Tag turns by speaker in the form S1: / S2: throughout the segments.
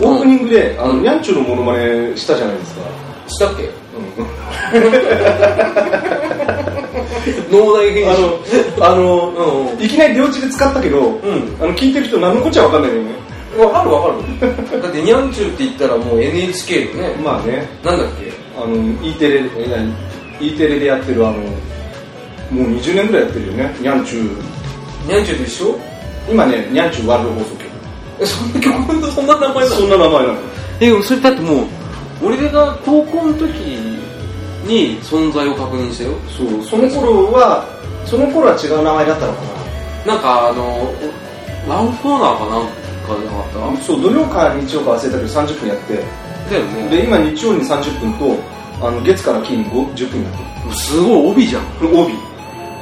S1: オープニングで、あの、にゃんちゅうのモノマネしたじゃないですか。
S2: したっけ脳内編集
S1: あの、あの、いきなり出落ちで使ったけど、
S2: ん
S1: あの、聞いてる人何のこっちゃわかんないよね。
S2: わかるわかるだってニャンチューって言ったらもう NHK のね、
S1: まあね、
S2: なんだっけ
S1: あの、E テレ、え何 E テレでやってる、あの、もう20年ぐらいやってるよね、にゃんちゅう。
S2: ニャンチューと一緒
S1: 今ね、にゃんちゅうワールド放送局。
S2: えそんな曲そんな名前な
S1: そん
S2: の
S1: な名前なの。
S2: えそれだってもう俺が高校の時に存在を確認したよ
S1: そう、その頃は、その頃は違う名前だったのか
S2: なんかあのワンコーナーかなんかじゃなかっ
S1: な。そう、土曜か日曜か忘れたけど30分やって、
S2: ただよね
S1: で、今日曜に30分と、あの、月から金に5 10分やってる。
S2: すごい帯じゃん
S1: これ帯。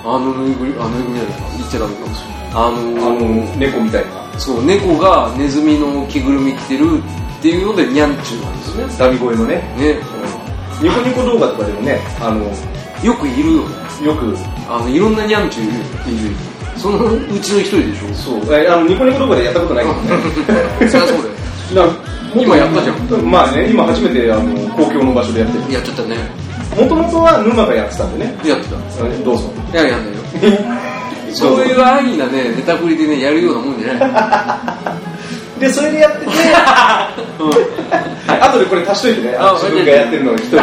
S2: あのぬいぐるみあのぬいぐるみじゃない言っちゃダメかもしれないあ
S1: あ
S2: の
S1: の、猫みたいな。
S2: そう猫がネズミの着ぐるみ着てるっていうのでニャンチューなんですよね
S1: ダミ声のね。
S2: ね
S1: ニコニコ動画とかでもね、あの、
S2: よくいるよね
S1: よく、
S2: あのいろんなニャンチューいる
S1: い
S2: よ
S1: る。
S2: そのうちの一人でしょ
S1: そう。えあの、ニコニコ動画でやったことないけどね。
S2: そりゃそうだよ
S1: なんか
S2: 今やったじゃん。
S1: まあね、今初めて、あの、公共の場所でやってる。
S2: やっちゃったね
S1: もともとは沼がやってたんでね。
S2: やってた
S1: どうぞ。
S2: いややんないよそういう安易なねネタ振りでねやるようなもんじゃない
S1: で、それでやってて、あとでこれ足しといてね、あの
S2: あ
S1: 自分がやってるのを一人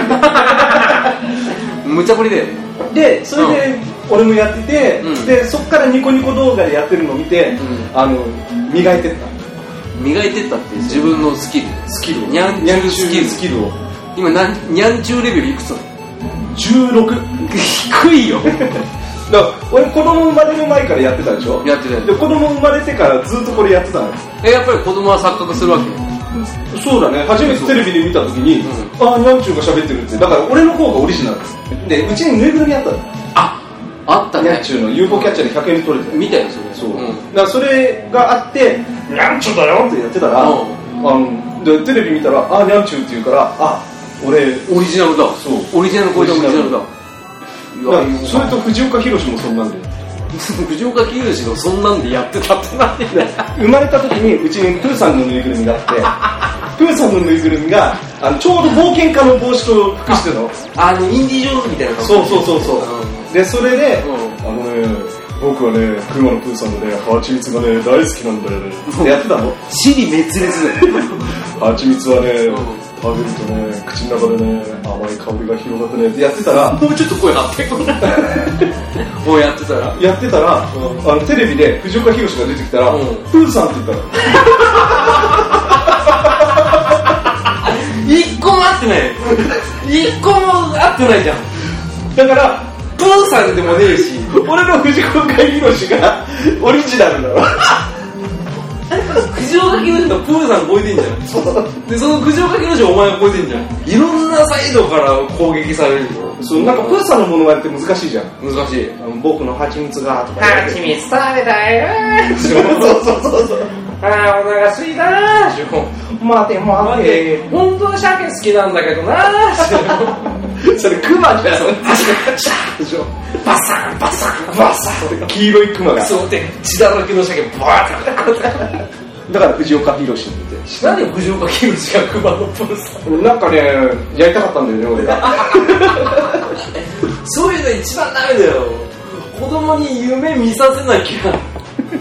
S2: 無茶振りだよね
S1: で。で、それで俺もやってて、
S2: うん
S1: で、そっからニコニコ動画でやってるのを見て、
S2: うん
S1: あの、磨いてった。
S2: 磨いてったって自分のスキル
S1: スキルを。
S2: ニャンチ
S1: ニ
S2: ュ
S1: ャ
S2: ー
S1: ンチ
S2: ス
S1: ュ
S2: キ
S1: ー
S2: ル
S1: スキルを。
S2: 今なんニャンチューレベルいくつなの
S1: 16。
S2: 低いよ
S1: だから俺子供生まれる前からやってたでしょ
S2: やってたよ
S1: で子供生まれてからずっとこれやってたのよ
S2: えやっぱり子供は錯覚するわけ
S1: そうだね初めてテレビで見た時に、ああにゃんちゅうが喋ってるってだから俺の方がオリジナルですでうちにぬいぐるみあったの
S2: ああった
S1: にゃん
S2: ね
S1: ちゅうの UFO キャッチャーで100円で取れてる
S2: 見たよそれ
S1: そう、
S2: ん
S1: だからそれがあってにゃんちゅうだよってやってたら、
S2: うん
S1: あのでテレビ見たらああにゃんちゅうって言うからあ俺
S2: オリジナルだ
S1: そう
S2: オリジナルこれでオリジナル
S1: だ
S2: だ
S1: からそれと藤岡弘もそんなんで
S2: 藤岡清のそんなんでやってたってなんで
S1: 生まれた時にうちにプーさんのぬいぐるみがあってプーさんのぬいぐるみがあのちょうど冒険家の帽子と服してたの
S2: あのインディ・ジョーンズみたいな感じ
S1: そうそうそうそう、
S2: う
S1: でそれで、
S2: う
S1: あのね僕はね熊野プーさんのね蜂蜜がね大好きなんだよねってやってたの
S2: 死に滅裂だよ
S1: 蜂蜜はね
S2: う
S1: 食べるとね口の中でね甘い香りが広がってねってやってたら
S2: もうちょっと声張ってこないもうやってたら
S1: やってたら、あのテレビで藤岡弘が出てきたら、
S2: うん
S1: プーさんって言ったの
S2: 一個も合ってない一個も合ってないじゃん
S1: だから
S2: プーさんでもねえし
S1: 俺の藤岡弘がオリジナルなの
S2: 藤岡弘のプーさん超えてんじゃんでその藤岡弘をお前が超えてんじゃんいろんなサイドから攻撃されるよ
S1: そうなんかプーさんのものまねって難しいじゃん。
S2: 難しい
S1: あの僕の蜂蜜がとか。
S3: 蜂蜜食べたよ
S1: そうそうそうそう。
S3: ああお腹すい たなー
S1: 待て待て。
S3: 本当は鮭好きなんだけどな
S1: それクマじゃん。でしょ。
S3: バサンバサン
S1: バサッて黄色いクマが。
S3: そうで血だらけの鮭バーッて
S1: だから藤岡弘に似て。
S2: 何で藤岡弘が熊のプーさん
S1: なんかね、やりたかったんだよね、俺が。
S2: そういうの一番ダメだよ子供に夢見させなきゃ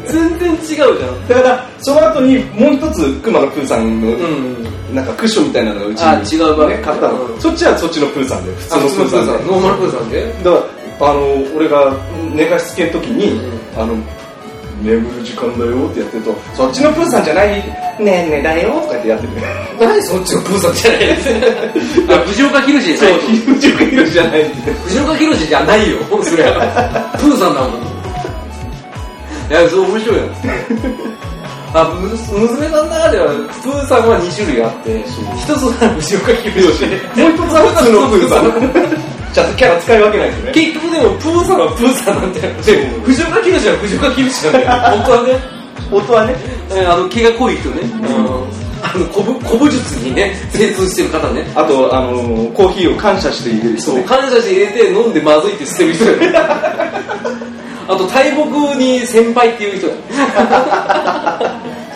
S2: 全然違うじゃん
S1: だから、その後にもう一つクマのプーさんの、
S2: うん
S1: なんかクッションみたいなのがうちに。
S2: あ違う場面
S1: ね買った
S2: う
S1: の。
S2: ん
S1: そっちはそっちのプーさんで、普通のプーさんで。
S2: ノーマルプーさんで
S1: だからあの俺が寝かしつけの時に、あの眠る時間だよってやってるとそっちのプーさんじゃないねえねえだよとかってや ってて
S2: 何そっちのプーさんじゃないですあ藤岡弘じゃ
S1: そ
S2: ないう
S1: 藤岡弘じゃないって
S2: 藤岡弘じゃないよそれはプーさんだもんいやそう面白いよあむ娘さんの中ではプーさんは2種類あ って一つは藤岡弘で
S1: もう一つは普通のプーさんちゃんとキャラ使い分けないですよね
S2: 結局でもプーさんはプーさんなんだよで藤岡弘は藤岡弘なんだよ本当はね
S1: 音はね
S2: えーあの毛が濃い人ね、あの古武古武術にね精通してる方ね
S1: あとあのコーヒーを感謝している人
S2: そう
S1: ね
S2: 感謝して入れて飲んでまずいって捨てる人だよあと大木に先輩っ ていう人だ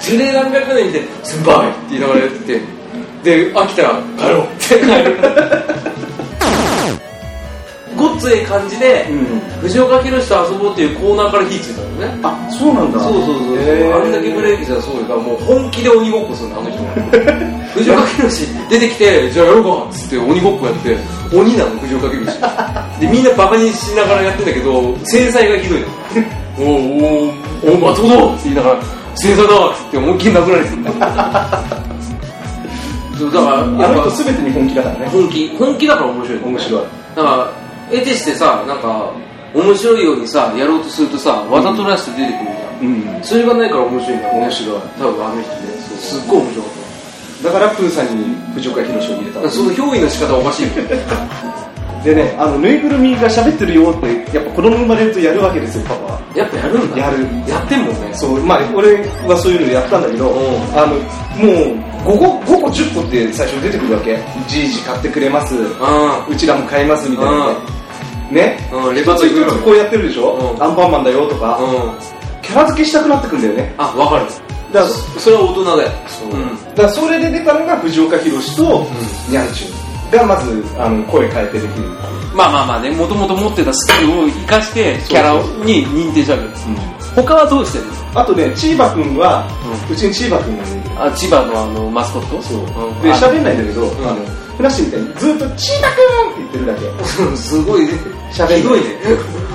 S2: 樹齢何百年で「先輩!」って言いながらやっててで飽きたら「帰ろう」 って帰るごっつええ感じで、
S1: うん
S2: 藤岡弘と遊ぼうっていうコーナーから火ついたのね
S1: あそうなんだ
S2: そうそうそうそう、
S1: へー
S2: あれだけブレーキじゃそうだからもう本気で鬼ごっこするのあ の人は藤岡弘出てきてじゃあやろうかっつって鬼ごっこやって鬼なの藤岡弘でみんなバカにしながらやってんだけど制裁がひどいのおおおお松本って言いながら制裁だっつって思いっきり殴られてるそうだから
S1: あ
S2: やっ
S1: の
S2: ぱ
S1: 人すべてに本気だからね
S2: 本気本気だから面白い、
S1: 面白い
S2: だから得てしてさなんか面白いようにさやろうとするとさわざとらしく出てくるじゃん、
S1: うん
S2: それがないから面白いんだよね
S1: 面白い
S2: 多分あの人ねすっごい面白かっ
S1: だからプーさんに藤岡弘を入れた
S2: ただからその憑依の仕方おかしいよ
S1: でねあのぬいぐるみが喋ってるよってやっぱ子供生まれるとやるわけですよパパは
S2: やっぱやるんだ
S1: やる
S2: やってんもんね
S1: そうまあ俺はそういうのやったんだけど
S2: うん
S1: あのもう5個5個10個って最初出てくるわけじいじ買ってくれます
S2: あ
S1: うちらも買いますみたいなね
S2: あうんレ
S1: 一
S2: バー
S1: つ
S2: といく
S1: 一つこうやってるでしょ、
S2: うん
S1: アンパンマンだよとか、
S2: うん
S1: キャラ付けしたくなってくんだよね
S2: あわかる
S1: だから
S2: そそれは大人だよ
S1: そう
S2: うん
S1: だからそれで出たのが藤岡弘とニャンチュンがまずあの声変えてできる、
S2: まあまあまあねもともと持ってたスキルを生かしてキャラに認定したわけです他はどうしてるんですか
S1: あとねチーバくんは、うちにチーバくんがいる
S2: あ千葉のあのマスコット
S1: そう、
S2: ん
S1: で
S2: あ
S1: 喋んないんだけど、
S2: ん
S1: あのフラッシュみたいにずっと「チーバくん!」って言ってるだけ
S2: すごいね。
S1: 喋る
S2: ひどいね。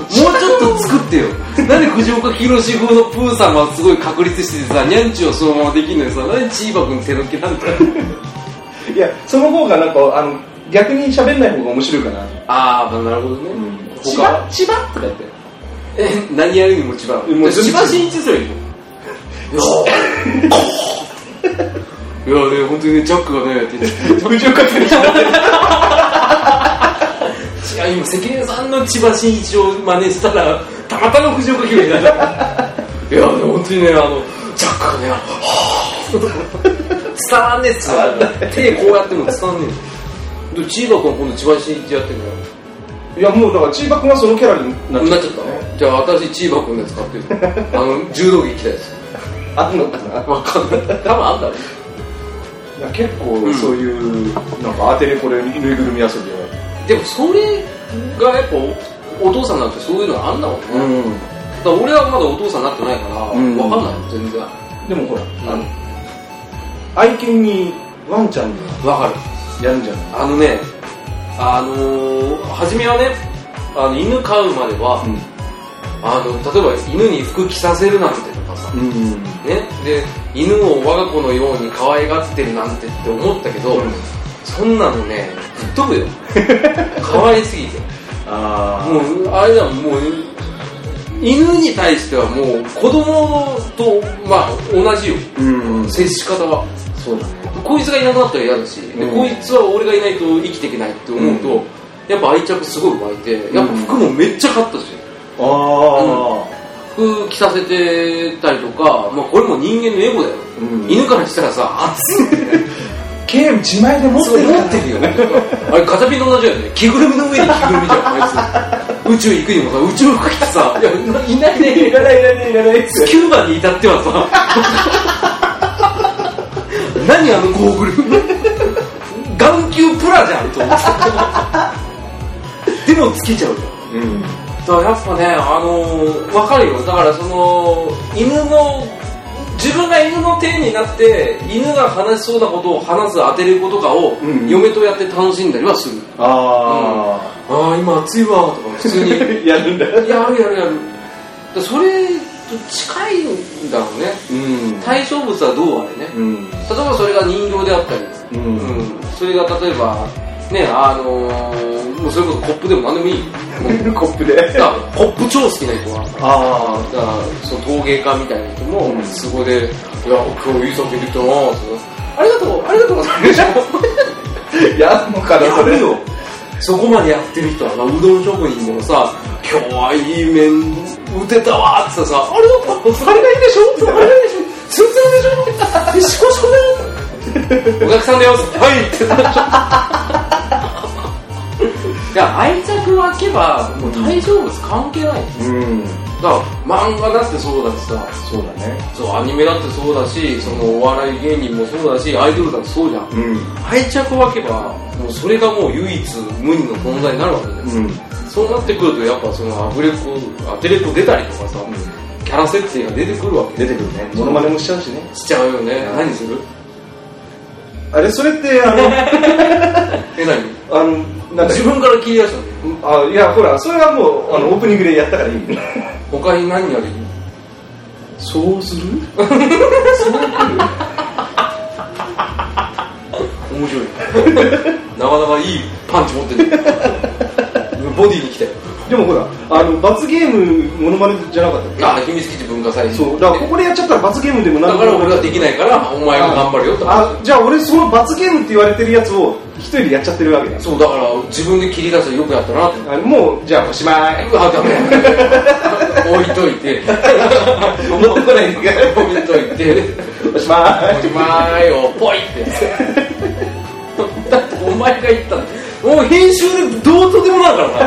S2: もうちょっと作ってよ。なんで藤岡弘風のプーさんはすごい確立しててさ、ニャンチをそのままできるのにさ、なんでチーバくん手抜きなんだよ。
S1: いやその方がなんかあの逆に喋んない方が面白いかな
S2: あー、まあなるほどね。
S1: 千
S2: 他
S1: 葉
S2: は
S1: 千葉とか言って
S2: え、何やるにも千葉なの。
S1: もう
S2: 千葉真一すればいいの。 いやね、本当にね、ジャックがね、って言って
S1: 藤岡弘
S2: いや、今、関根さんの千葉真一を真似したら、たまたま藤岡弘になっちゃった。いや、ね、本当にね、あの、ジャックがね、はぁ伝わんねえっつうわ手こうやっても伝わんねえで、千葉君は今度千葉真一やってる
S1: いやもうだから千葉くんはそのキャラにな
S2: か
S1: っち
S2: ら。な
S1: ゃ
S2: っ
S1: っ
S2: ちゃったたね。じゃあ、私、千葉君のやつ買ってる。あの、柔道着着たや
S1: あんのかな
S2: つ。わかんない。多分あんだろう。
S1: いや結構そういう、なんかアテレコでぬいぐるみ遊びを
S2: でも、それがやっぱお、お父さんになってそういうのがあんだもんね。
S1: うん
S2: だから俺はまだお父さんになってないから、わか
S1: ん
S2: んないよ、全然。
S1: でもほら、あ
S2: あ
S1: の愛犬にワンちゃん
S2: の、わかる。
S1: やるんじゃない
S2: あのね、あのー初めはね、あの犬飼うまでは、あの例えば犬に服着させるなんてとかさ、ね、
S1: うん、
S2: で犬を我が子のように可愛がってるなんてって思ったけど、そんなのね、吹っ飛 ぶよ。可愛すぎて。
S1: あ
S2: もう、あれだもん、もう、犬に対してはもう子供と、まあ、同じよ、
S1: あうん
S2: 接し方は。
S1: そうだね
S2: こいつがいなくなったら嫌だし、で
S1: うん
S2: こいつは俺がいないと生きていけないって思うと、
S1: う
S2: やっぱ愛着すごい湧いて、やっぱ服もめっちゃ買ったし、
S1: ああ
S2: 服着させてたりとか、まあ、これも人間のエゴだよ。
S1: うん
S2: 犬からしたらさ、熱いんだよね。
S1: ゲーム自前で持
S2: そう持ってるよね。あれ、ガチャピンと同じだよね。着ぐるみの上に着ぐるみじゃん、あいつ。宇宙行くにもさ、宇宙服着てさ、いや、いないね。
S1: いらないいらないいらないっす
S2: スキューバに至っ てはさ、何あのゴーグル眼球プラじゃんと思って。でもつけちゃうじゃん。
S1: うん
S2: だからやっぱね、あのー、わかるよ。だからその、犬の、自分が犬の手になって、犬が話しそうなことを話す当てることかを、
S1: うん
S2: 嫁とやって楽しんだりはする。
S1: あ
S2: ああ、今暑いわ、とか普通に。
S1: あ、やるんだ
S2: やるやるやる。だからそれと近いんだろうね。
S1: うん
S2: 対象物はどうあれね、
S1: うん
S2: 例えばそれが人形であった
S1: う
S2: り、
S1: ん
S2: うんそれが例えばねあのーもうそれこそコップでも何で もいいよもう
S1: コップで
S2: だからコップ超好きな人は
S1: あ
S2: だからその陶芸家みたいな人
S1: う
S2: も
S1: ん
S2: そこで「いや今日いい作品できたな」とか「ありがとうありがとう」ございました
S1: あやるのかなそれよ
S2: そこまでやってる人はなうどん職人でもさ「今日はいい麺打てたわ」ってさ「あれだったあれがいいでしょあれがいいでしょツンツンでしょシコシコだよ」お客さんだよ」はい」ってなっちゃういや愛着湧けばもう大丈夫です関係ない
S1: うん
S2: から漫画だってそうだしさ
S1: そうだね
S2: そうアニメだってそうだしそのお笑い芸人もそうだしアイドルだってそうじゃん
S1: うん
S2: 愛着を分けばもうそれがもう唯一無二の存在になるわけじゃないですか、
S1: うん
S2: そうなってくるとやっぱそのアフレコアテレコ出たりとかさ、キャラ設定が出てくるわけ
S1: 出てくるねモノマネもしちゃうしね
S2: しちゃうよね何する
S1: あれそれってあ
S2: え何
S1: のあのなんだっ
S2: 自
S1: け
S2: 分から切り出したの
S1: あいやほらそれはもうあのオープニングでやったからいい
S2: 他に何やる
S1: そうする
S2: 面白い なかなかいいパンチ持ってる ボディに来たよ
S1: でもほらあの罰ゲームモノマネじゃなかったっ
S2: あ秘密基地文化祭
S1: けそうだからここでやっちゃったら罰ゲームでも
S2: だ
S1: 何
S2: か
S1: で
S2: ら
S1: も
S2: 俺はできないからお前が頑張るよと
S1: あじゃあ俺その罰ゲームって言われてるやつを一人でやっちゃってるわけだ
S2: そうだから自分で切り出してよくやったな って
S1: あもうじゃあおしまい
S2: あ、ダメ。置いといて。
S1: 持ってこないでくれ
S2: 置いといて。
S1: おしま
S2: おしまいをポイって。だってお前が言ったんだもう編集でどうとでもなるからな。
S1: い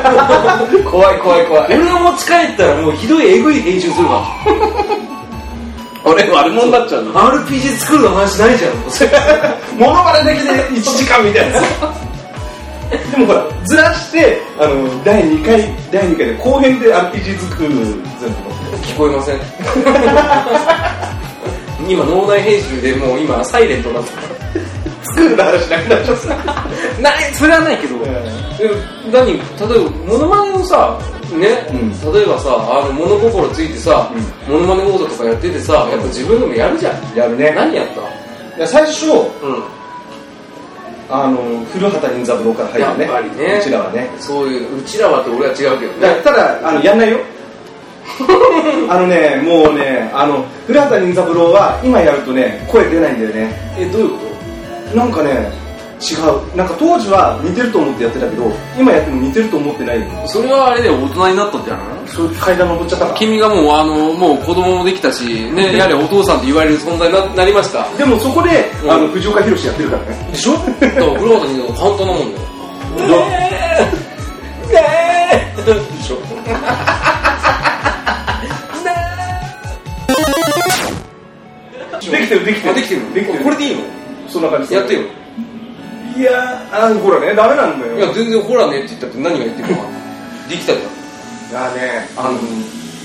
S1: 怖い怖い怖
S2: 俺が持ち帰ったらもうひどいエグい編集するわ。
S1: 俺悪者になっちゃうの
S2: RPG 作るの話ないじゃん。
S1: モノマネできて1時間みたいな でもほらずらしてあの第2回第2回で後編で RPG 作る全部
S2: 聞こえません。 今脳内編集でもう今サイレントになってる
S1: 作るの話なくなっちゃうさ
S2: ないそれはないけど、え何例えばモノマネをさね、
S1: う
S2: 例えばさあの物心ついてさ、モノマネ講座とかやっててさやっぱ自分でもやるじゃん、
S1: やるね
S2: 何やっ
S1: いや最初
S2: たうん
S1: あの古畑任三郎から入るね
S2: やっぱりね
S1: うちらはね
S2: そういううちらはと俺は違うけど
S1: だ
S2: ね
S1: ただあのやんない よあのねもうねあの古畑任三郎は今やるとね声出ないんだよね
S2: えどういうこ
S1: なんかね違うなんか当時は似てると思ってやってたけど今やっても似てると思ってない
S2: とそれはあれで大人になったんじゃない
S1: そう階段登っちゃったから
S2: 君がもうあのもう子供もできたしねやれお父さんって言われる存在にななりま した
S1: でもそこで、
S2: うん
S1: あの藤岡弘やってるからね
S2: でしょだから古畑に簡単なもんだよねえねえでしょ
S1: できてるできて
S2: あ
S1: る
S2: できてる
S1: できてる
S2: これでいいの
S1: そんな感じ
S2: やってよ
S1: いやーあほらねダメなんだよ
S2: いや全然ほらねって言ったって何が言ってるのかできたじゃ
S1: だねあの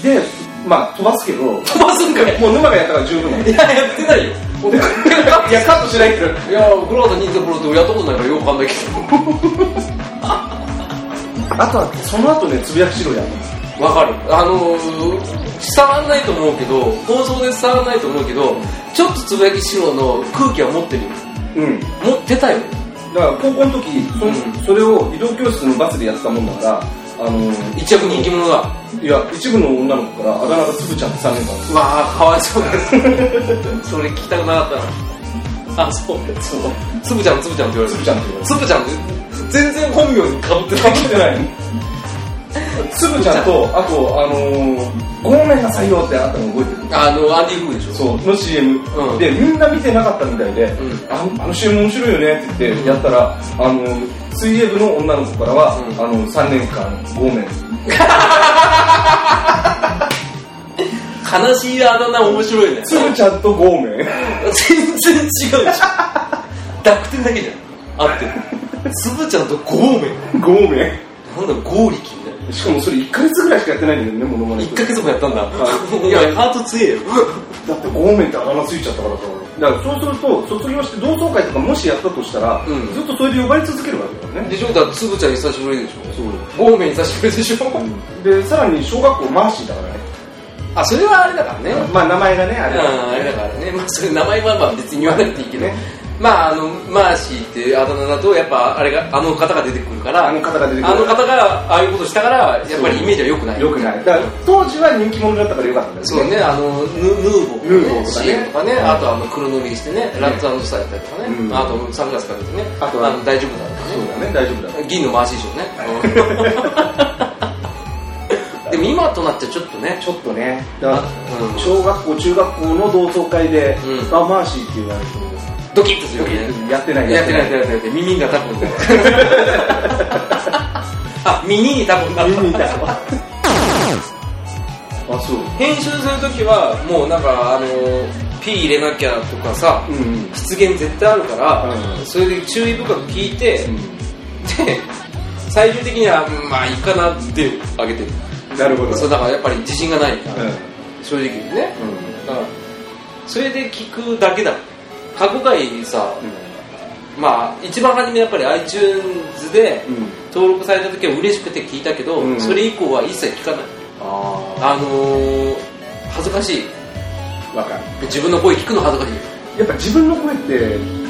S1: でまあ飛ばすけども
S2: ん飛ばすんかいう
S1: 沼がやったから十分なのい
S2: ややってないよい
S1: やカットし ないけど
S2: やグローダ忍者プロって俺やったことないからよくわかん ないけ
S1: あとはその後ねつぶやきしろやるんです
S2: どわかるあのー、伝わんないと思うけど放送で伝わんないと思うけどちょっとつぶやきしろの空気は持ってるよ
S1: うん
S2: 持ってたよ
S1: だから高校の時そ,、
S2: うん
S1: それを移動教室のバスでやってたもんだからあの
S2: 一躍人気者だわ
S1: いや一部の女の子からあだ名がつぶちゃんって3年 間
S2: あかわいそうですそれ聞きたくなかったなあそうそうつぶちゃんつぶちゃんって言われ
S1: つぶ
S2: る
S1: ちゃんって言われ
S2: つぶちゃん全然本名にかぶっ
S1: て
S2: てない
S1: かぶってないつぶちゃんとあとあのー、ごめんなさいよってあったの覚えてる
S2: あの、アンディ・フグでしょ
S1: そうの CM、
S2: うん
S1: でみんな見てなかったみたいで、
S2: ん
S1: あのあの CM 面白いよねって言ってやったら、あの水泳部の女の子からは、
S2: うん
S1: あの3年間ごめん
S2: 悲しいあだ名面白いね。
S1: つぶちゃんとごめん
S2: 全然違うじゃん。濁点だけじゃん。合ってる。つぶちゃんとゴーメン。
S1: ごめん
S2: なんだ、ゴーリキみたい
S1: しかもそれ1ヶ月ぐらいしかやってないんだよねモノマ
S2: な。
S1: ネ
S2: 1ヶ月もやったんだ。
S1: はい
S2: いや、ハート強えよ。
S1: だってごめんってあだ名ついちゃったからさだからそうすると卒業して同窓会とかもしやったとしたら、
S2: うん
S1: ずっとそれで呼ばれ続けるわけだよね
S2: でしょだからつぶちゃん久しぶりでしょ
S1: そう
S2: ゴーメン久しぶりでしょ、
S1: でさらに小学校マーシーだからね
S2: あ、それはあれだからね。
S1: まあ名前がねあ
S2: あ
S1: れだから
S2: ーあれだからね。まあ、それ名前はまあ別に言わなくていいけど
S1: ね。
S2: まあ、あの、マーシーっていうあだ名だと、やっぱ、あれが、あの方が出てくるから、
S1: あの方が出てくる
S2: あの方がああいうことしたから、やっぱりイメージは良くない。
S1: よくないだから当時は人気者だったからよかったんだよね
S2: そうね、あの、ヌヌーボー
S1: ヌーボーとかね
S2: CM とかね、あとあの、黒塗りしてね、ラッツスターやったりとかね
S1: う、ん
S2: あとサングラスかけてね、
S1: あとは
S2: の大丈夫だと
S1: そう
S2: か
S1: だね大丈夫だ
S2: ね、銀の回し衣装ね。でも今となってちょっとね、
S1: ちょっとねだから
S2: うん
S1: 小学校中学校の同窓会で
S2: うん
S1: あマーシーって言われて
S2: ドキッとするよね。
S1: やってない
S2: やってない、やってない、やってない、耳がタコに なる。あ、耳にタコになる。
S1: 耳にいたよああそう
S2: 編集するときはもうなんかあの P 入れなきゃとかさ
S1: うんうん
S2: 失言絶対あるから、
S1: うん
S2: それで注意深く聞いて、で 最終的にはうんまあいいかなってあげてる
S1: なるほど
S2: そうだからやっぱり自信がないから、
S1: うん
S2: 正直にね、だからそれで聞くだけだ過去回さまあ一番初めやっぱり iTunes で
S1: うんうん
S2: 登録された時は嬉しくて聞いたけど、
S1: うん
S2: それ以降は一切聞かない
S1: あ
S2: あのー、恥ずかしい
S1: あわかる
S2: 自分の声聞くの恥ずかしい
S1: やっぱ自分の声って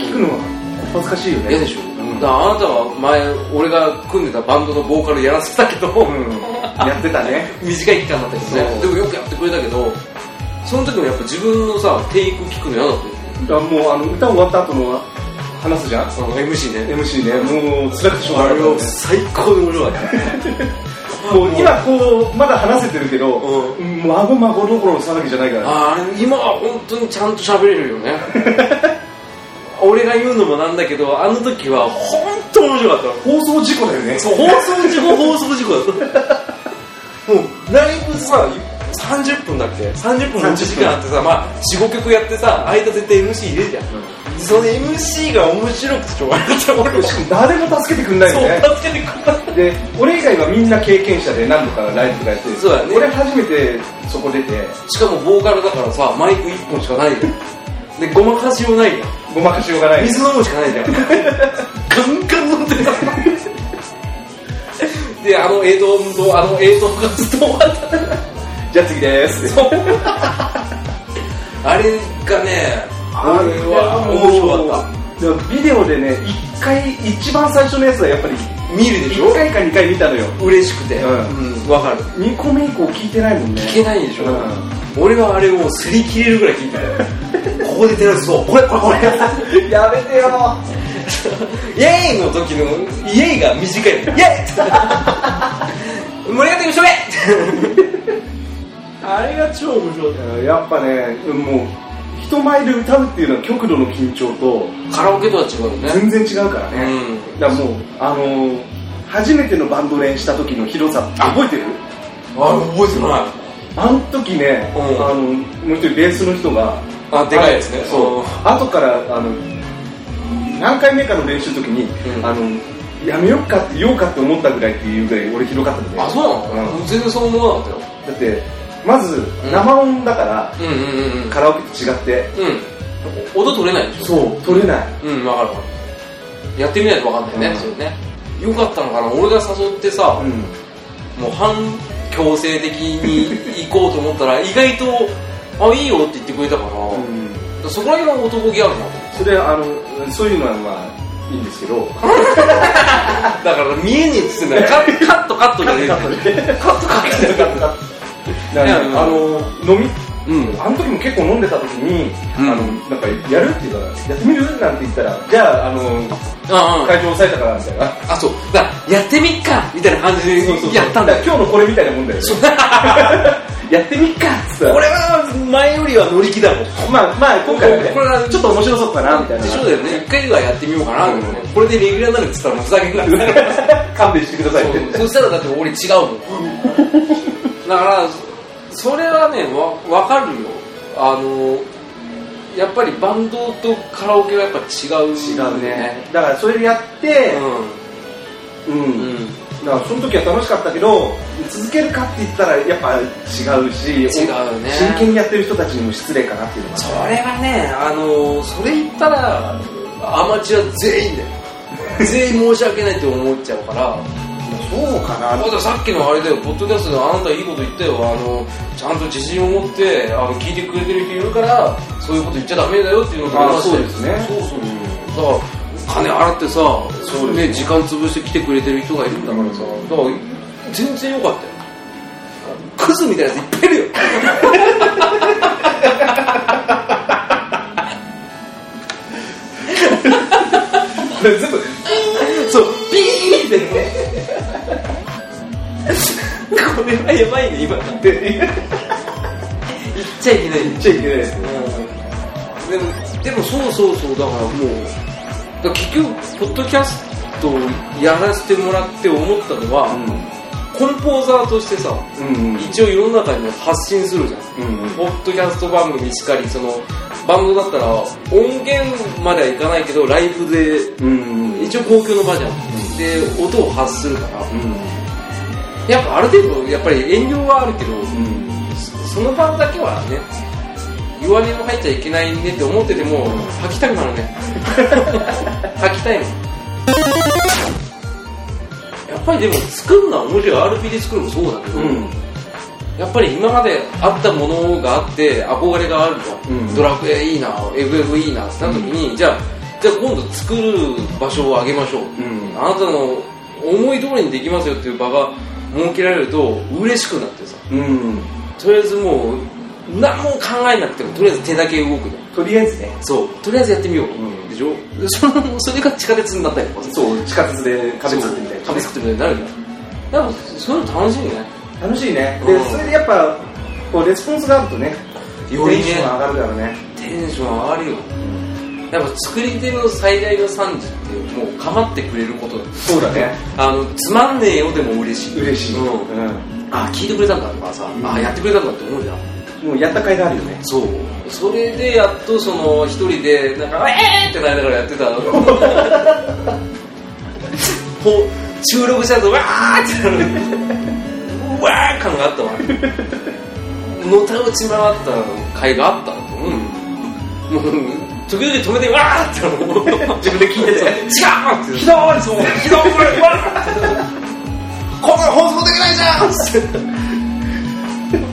S1: 聞くのは恥ずかしいよね
S2: 嫌でしょ、
S1: うん
S2: だからあなたは前俺が組んでたバンドのボーカルやらせたけど、
S1: うんやってたね
S2: 短い期間だったけど
S1: そ
S2: ね
S1: う
S2: でもよくやってくれたけどその時もやっぱ自分のさテイク聞くの嫌だった
S1: あ
S2: よ
S1: もうあの歌終わった後の話すじゃん
S2: その MC ね
S1: MC ねもう辛くてしょうが
S2: あ
S1: な
S2: れ
S1: かっ
S2: を
S1: たね
S2: 最高で俺は
S1: もう今こうまだ話せてるけど
S2: う
S1: 孫孫どころの騒ぎじゃないから
S2: あー今は本当にちゃんと喋れるよね 俺が言うのもなんだけどあの時は本当面白かった
S1: 放送事故だよね
S2: そう放送事故放送事故だった もうライブさ30分だっけ30分の1時間あってさ、まあ、45曲やってさ間絶対 MC 入れるじゃん、その MC が面白くてしょうがなかった俺も
S1: しかも誰も助けてくんないよね
S2: そう助けてくれた
S1: で俺以外はみんな経験者で何度かライブとかやってる
S2: そうだね
S1: 俺初めてそこ出て
S2: しかもボーカルだからさマイク1本しかないじゃんでごまかしようないじゃん
S1: ごまかしようがない
S2: 水飲むしかないじゃんガンガン飲んでたであの映像とあの映像がずっと終わった
S1: じゃあ次ですって
S2: あれがね俺は面白かった
S1: でもビデオでね一回一番最初のやつはやっぱり
S2: 見るでしょ
S1: 1回か2回見たのよ
S2: 嬉しくて
S1: う
S2: うんわ、かる
S1: 2個目以降聞いてないもんね
S2: 聞けないでしょ、
S1: う
S2: 俺はあれをすり切れるぐらい聞いてたよ ここで照らすそうこれこれこれ
S1: やめてよ
S2: イエーイの時のイエーイが短いイエーイ盛り上がっていきましょうえあれが超面白い
S1: やっぱねもう人前で歌うっていうのは極度の緊張と
S2: カラオケとは違うよね
S1: 全然違うからね、
S2: う
S1: だからもうあのー初めてのバンド練した時の広さって覚えてる
S2: あ覚えてない
S1: あの時ね、
S2: うん
S1: あのもう一人ベースの人が
S2: あでかいですね
S1: そう後からあの何回目かの練習の時に、
S2: うん
S1: あのやめよっかって言おうかって思ったぐらいっていうぐらい俺広かったんだ
S2: あ
S1: よ
S2: そうなの、
S1: う
S2: 全然そう思わなかったよ
S1: だってまず
S2: ん
S1: 生音だから、
S2: うんうんうん
S1: カラオケと違って
S2: うん音取れないでしょ
S1: そう取れない
S2: うんわかるわかるやってみないとわかんないね、
S1: うん
S2: それねよかったのかな俺が誘ってさ、
S1: うん
S2: もう反強制的に行こうと思ったら意外とあいいよって言ってくれたから、そこら辺は男気あるなと
S1: それあのそういうのはまあいいんですけ ど
S2: だから見えに映ってんだよカカットカットじゃねえんだよカットカットじゃねえんだよ
S1: だからね
S2: いや
S1: あの飲み
S2: うん
S1: あの時も結構飲んでた時に、
S2: うん
S1: あのなんかやるって言うからやってみるなんて言ったらじゃああの
S2: あうん
S1: 会場抑えたからみたいな
S2: あ、そう。だからやってみっかみたいな感じでやったんだよ。
S1: 今日のこれみたいなもんだよね やってみっかっつったら
S2: 俺は前よりは乗り気だもん。
S1: まあまあ今回はね
S2: これは
S1: ちょっと面白そうかなみたいな
S2: でしょうだよね。一回はやってみようかな、
S1: うん
S2: これでレギュラーになるって言ったらもうふざけんなって
S1: 勘弁してくださいって
S2: そうそしたらだって俺違うもん。だから、それはね、わ、わかるよ。あの、やっぱりバンドとカラオケはやっぱ違う、
S1: 違うね。だからそれでやってう、
S2: うんん。うん。
S1: だからその時は楽しかったけど続けるかって言ったらやっぱ違うし
S2: 違うね
S1: 真剣にやってる人たちにも失礼かなっていうのが
S2: それはね、あのそれ言ったら、アマチュア全員だよ。全員申し訳ないって思っちゃうから。
S1: そうかな
S2: だからさっきのあれだよ、ポッドキャストであなたいいこと言ったよ。あのちゃんと自信を持って、あの、聞いてくれてる人いるから、そういうこと言っちゃダメだよっていうの
S1: あ
S2: 話
S1: そ
S2: だ
S1: う
S2: よ
S1: ですね
S2: そうそうそう。だから、金払ってさ、
S1: そうです
S2: ね、時間潰して来てくれてる人がいるんだからさ、だから、全然良かったよ。クズみたいなやついっぱいいるよ。
S1: これ全部
S2: そう、ビーってね。これはやばいね、今。言っ
S1: で言っ
S2: ちゃいけない。うん
S1: ちゃいけないですね
S2: でも、でもそうそうそう、だからもう、だから結局、ポッドキャストをやらせてもらって思ったのは、コンポーザーとしてさ、
S1: うんうん
S2: 一応世の中に発信するじゃん。
S1: うんうん
S2: ポッドキャスト番組しかり、その、バンドだったら、音源まではいかないけど、ライブで、
S1: うんうん
S2: 一応公共の場じゃん。で、音を発するから、
S1: う
S2: やっぱある程度、やっぱり遠慮はあるけど、
S1: んうん
S2: そその場だけはね、弱音も入っちゃいけないねって思ってても、吐きたくなるね。 吐きたいもん。やっぱりでも作るのは面白い。RP で作るのもそうだけど、
S1: うん
S2: やっぱり今まであったものがあって憧れがあると、
S1: うん
S2: ドラクエいいな FF いいなってなった時に、じゃあじゃあ今度作る場所をあげましょう、
S1: うん
S2: あなたの思い通りにできますよっていう場が設けられると嬉しくなってさ
S1: うん
S2: とりあえずもう何も考えなくてもとりあえず手だけ動くね
S1: とりあえずね
S2: そうとりあえずやってみよう、
S1: ん
S2: でしょでそのそれが地下鉄になったりとかう
S1: そう地下鉄で壁作ってみたいな
S2: 壁作ってみたいになるじゃんなんかそういうの楽しいよね
S1: 楽しいね
S2: う
S1: で
S2: ん
S1: それでやっぱこうレスポンスがあるとね
S2: より
S1: テン
S2: ね
S1: ションが上がるからね
S2: テンション上がるよやっぱ作り手の最大の賛辞ってもう構ってくれることだ
S1: そうだね
S2: あのつまんねえよでも嬉しい
S1: 嬉しい
S2: うん
S1: うん
S2: あ聞いてくれたんだとかさ、
S1: うん
S2: あやってくれたんだって思うじゃん
S1: もうやった甲斐があるよね
S2: そうそれでやっとその一人でなんか「えー!」ってなりながらやってたら こう収録したとわーってなるうわー感があったわのたうち回った回があったと思う、もう時々止めてわーってなる自分で聞いてて違うってひどいそうひどいわーってこんなの放送できないじゃんって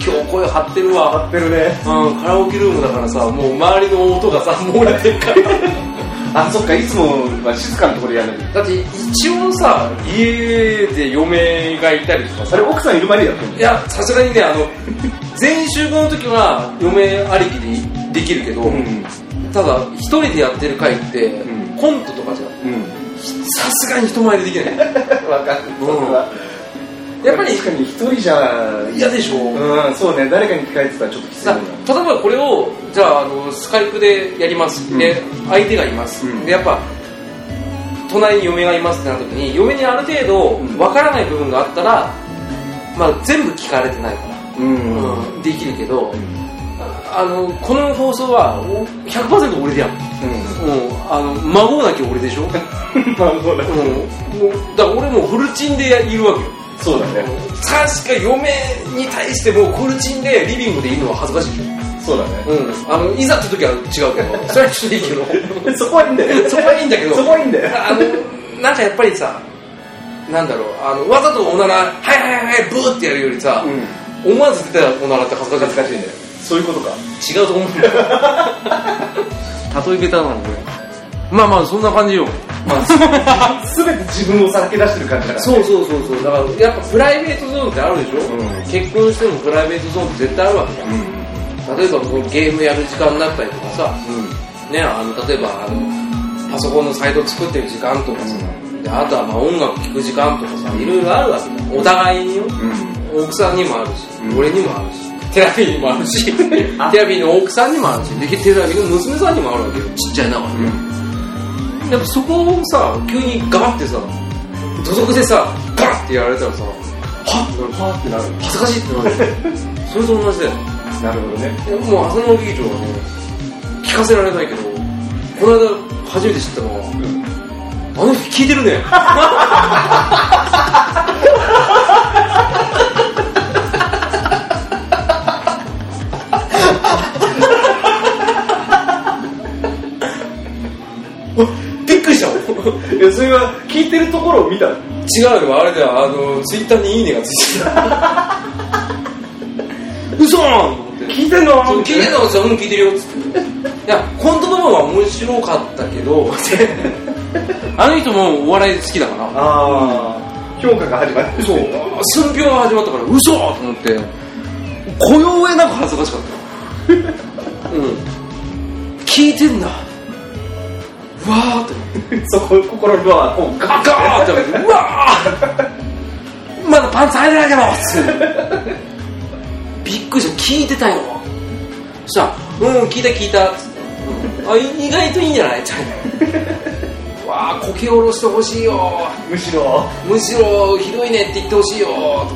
S2: 今日声張ってるわ
S1: やってるね
S2: うん、カラオケルームだからさ、もう周りの音がさ、漏れてるから。
S1: あそっかいつもは静かなところでやるんだ
S2: だって一応さ、家で嫁がいたりとか
S1: あ
S2: さ、
S1: れ奥さんいる前でやってる
S2: いや、さすがにね、あ の、全員集合の時は嫁ありきでできるけど、ただ一人でやってる回って、
S1: うん
S2: コントとかじゃ、
S1: うん
S2: さすがに人前でできない。
S1: わかる
S2: うん
S1: それは
S2: やっぱり
S1: 確かに一人じゃ
S2: 嫌でしょ、
S1: うんそうね誰かに聞かれてたらちょっときつい
S2: さ
S1: もん
S2: 例えばこれをじゃああのスカイプでやります、で相手がいます、
S1: うん
S2: でやっぱ隣に嫁がいますってなった時に嫁にある程
S1: うん
S2: 度わからない部分があったら、まあ、全部聞かれてないか
S1: う
S2: ら、うんできるけど、
S1: ん
S2: ああのこの放送はお100%俺でやる、うん、あの孫だけ俺でしょ、うん、
S1: まあそうだ
S2: もうだから俺もうフルチンでいるわけよ
S1: そうだね
S2: 確か嫁に対してもうフルチンでリビングでいるのは恥ずかしいでしょ
S1: そうだね
S2: うん、あのいざって時は違うけ ど、それはちょっといいけど、
S1: そこはいいんだよ
S2: そこはいいんだけど、
S1: そこはいいんだよ
S2: あのなんかやっぱりさ、なんだろう、あのわざとおなら、はいはいはい、ブーってやるよりさ、思わず出たおならって恥ずか
S1: 恥
S2: し
S1: ずかしいねそういうことか
S2: い違うと思うん だよ。例え下手なの、これ。まあまあ、そんな感じよ。
S1: すべて自分をさらけ出してる感じだから
S2: そうそうそうそう、だからやっぱプライベートゾーンってあるでしょ、
S1: うん
S2: 結婚してもプライベートゾーンって絶対あるわけじゃん。例えばこのゲームやる時間になったりとかさ、
S1: うんうん
S2: ね、あの例えばあのパソコンのサイト作ってる時間とかさ、であとはまあ音楽聴く時間とかさいろいろあるわけだお互いによ
S1: うん
S2: 奥さんにもあるし、
S1: うん
S2: 俺にもあるしテラビーにもあるしテラビーの奥さんにもあるしでテラビーの娘さんにもあるわけよちっちゃいながらね、やっぱそこをさ急にガバってさ土足でさガラッてやられたらさはっ
S1: ってなる
S2: 恥ずかしいって なるそれと同じだよ
S1: なるほどね
S2: でもう浅野劇場はね聞かせられないけどこの間初めて知ったのは、あの人聞いてるねおびっくりしたも ん
S1: いやそれは聞いてるところを見たの
S2: 違うよあれだよあのツイッターに「いいね」がついてた嘘ーんと思って
S1: 聞いてんの
S2: そう聞いてたのうん聞いてるよっつっていや本当の部分は面白かったけど あの人もお笑い好きだから
S1: ああ評価が始まって
S2: そう寸評が始まったから嘘と思って雇用へなく恥ずかしかったうん聞いてんだうわーって
S1: そこ心のドアをガ
S2: ガーって開けてうわーまだパンツ入れないけどっつってびっくりした聞いてたよそしたら「うん聞いた聞いた」っつって「あ意外といいんじゃない?」ってわああこけおろしてほしいよ
S1: むしろ
S2: むしろひどいねって言ってほしいよと思っ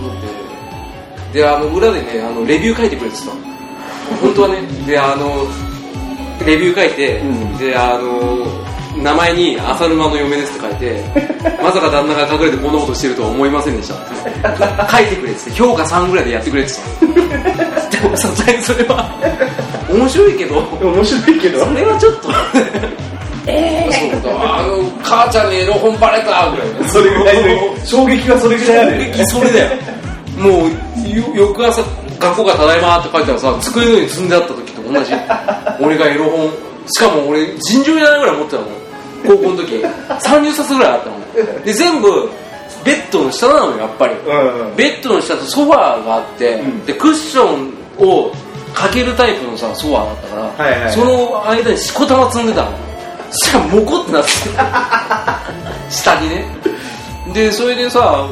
S2: てであの裏でねあのレビュー書いてくれてたの本当はねであのレビュー書いて、
S1: うん
S2: であの名前に「浅沼の嫁です」って書いて「まさか旦那が隠れてこんなことしてるとは思いませんでした」って書いてくれてて評価3ぐらいでやってくれて たでもさすがにそれは面白いけど
S1: 面白いけど
S2: それはちょっ とええそうだあの母ちゃんにエロ本バレたぐらい
S1: それぐらいの衝撃はそれぐらいあるよね
S2: それだよもうよ翌朝学校がただいまって書いたらさ机の上に積んであった時と同じ俺がエロ本しかも俺尋常じゃないぐらい持ってたの高校の時30冊ぐらいあったので全部ベッドの下なのよやっぱり、
S1: うんうん
S2: ベッドの下とソファーがあって、
S1: ん
S2: でクッションをかけるタイプのさソファーだったから、
S1: はいはいはい
S2: その間にしこたま積んでたのしかもモコってなってた下にねでそれでさあの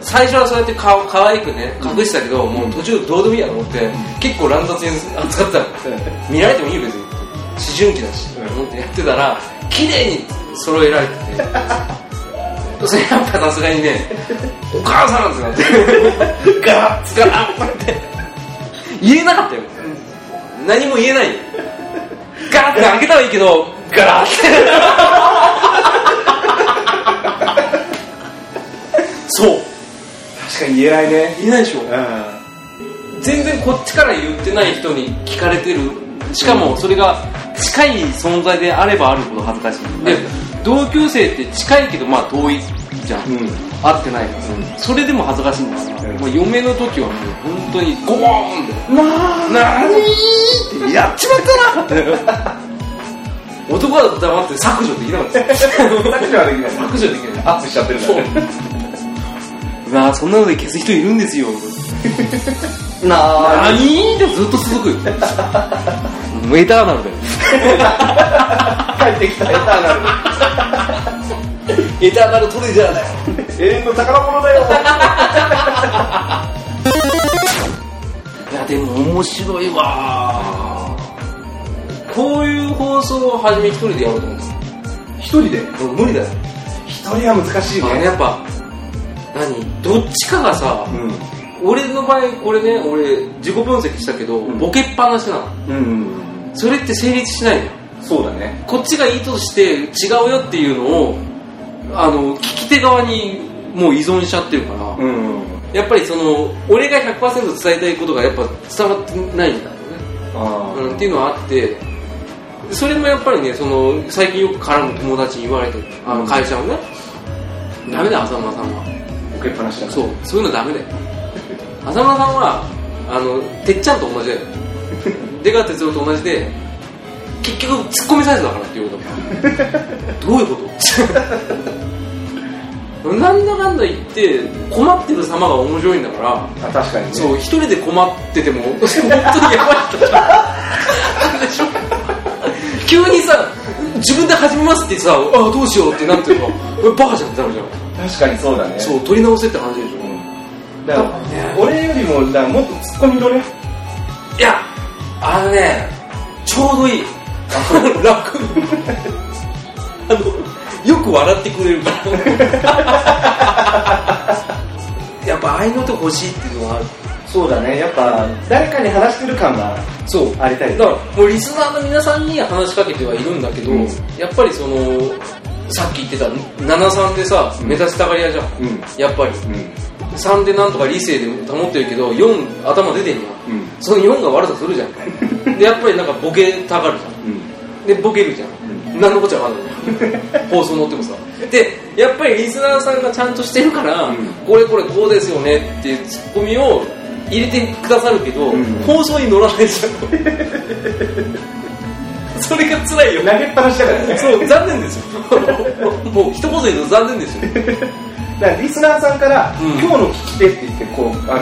S2: 最初はそうやってか可愛くね隠してたけど、もう途中どうでもいいやと思って、結構乱雑に扱ってたの見られてもいいよ別に思春期だし、
S1: うん
S2: 思ってやってたら綺麗に揃えられててそれやっぱさすがにねお母さんってなってガラッガラッって言えなかったよ、何も言えないガラッて開けたはいいけどガラッてそう
S1: 確かに言えないね
S2: 言えないでしょ
S1: う
S2: 全然こっちから言ってない人に聞かれてるしかもそれが近い存在であればあるほど恥ずかしいで同級生って近いけどまあ遠いじゃん、
S1: うん
S2: 会ってないから、それでも恥ずかしいんですよ、
S1: うん
S2: もう嫁の時はもう本当にゴーンって
S1: んまあ
S2: なにーってやっちまったな男は黙って削除できなかったです
S1: 削除はできない
S2: 削除できない
S1: アップしちゃってるか
S2: そう
S1: らね
S2: うわあそんなので消す人いるんですよなあにってずっと 続くよもうエターナルだよ
S1: 帰ってきたエターナ
S2: エターナルトレジャーだよ
S1: ル永遠の宝物だよ
S2: いやでも面白いわこういう放送を初め一人でやろうと思うんです
S1: 一人で
S2: もう無理だよ
S1: 一人は難しい
S2: あのね
S1: ね
S2: やっぱ何どっちかがさ
S1: うん
S2: 俺の場合これね俺自己分析したけど、
S1: ん
S2: ボケっぱなしなの
S1: うん
S2: それって成立しないのよ
S1: そうだね
S2: こっちが意図して違うよっていうのをあの聞き手側にもう依存しちゃってるから、
S1: うん
S2: やっぱりその俺が100%伝えたいことがやっぱ伝わってないんだよね、
S1: あ
S2: うん、っていうのはあってそれもやっぱりねその最近よく絡む友達に言われてるあの会社をね、ダメだよ浅間さんは
S1: あ受けっぱなしだ
S2: そうそういうのダメだよ浅間さんはあのてっちゃんと同じだよ出川哲朗と同じで結局ツッコミサイズだからっていうことどういうことなんだかんだ言って困ってる様が面白いんだから
S1: あ確かにね
S2: そう、一人で困ってても、本当にやばい人だなんでしょう急にさ、自分で始めますってさ、あどうしようってなってるの俺バカじゃんってなるじゃん。
S1: 確かにそうだね
S2: そう、取り直せって話でしょ。
S1: だから俺よりもだからもっとツッコミのね
S2: いや、あのね、ちょうどいい。楽。あの、よく笑ってくれるから。やっぱああいうのと欲しいっていうのはある。
S1: そうだねやっぱ誰かに話してる感が
S2: そう。
S1: ありたい
S2: だからもうリスナーの皆さんに話しかけてはいるんだけど、
S1: うん
S2: やっぱりそのさっき言ってた73でさ、
S1: ん
S2: 目指したがり屋じゃん、
S1: うん
S2: やっぱり
S1: う
S2: 3でなんとか理性で保ってるけど4頭出てんじゃん、
S1: ん
S2: その4が悪さするじゃ んでやっぱりなんかボケたがるじゃん
S1: うん
S2: でボケるじゃん、何のこっちゃわかんな い放送乗ってもさでやっぱりリスナーさんがちゃんとしてるから、
S1: うん
S2: これこれこうですよねっていうツッコミを入れてくださるけど、
S1: うん
S2: 放送に乗らないじ ゃんそれが辛いよ
S1: 投げっぱなしだからね
S2: そう残念ですよ もう一言で言うと残念ですよ
S1: だからリスナーさんから、
S2: うん
S1: 今日の聞き手って言ってこうあの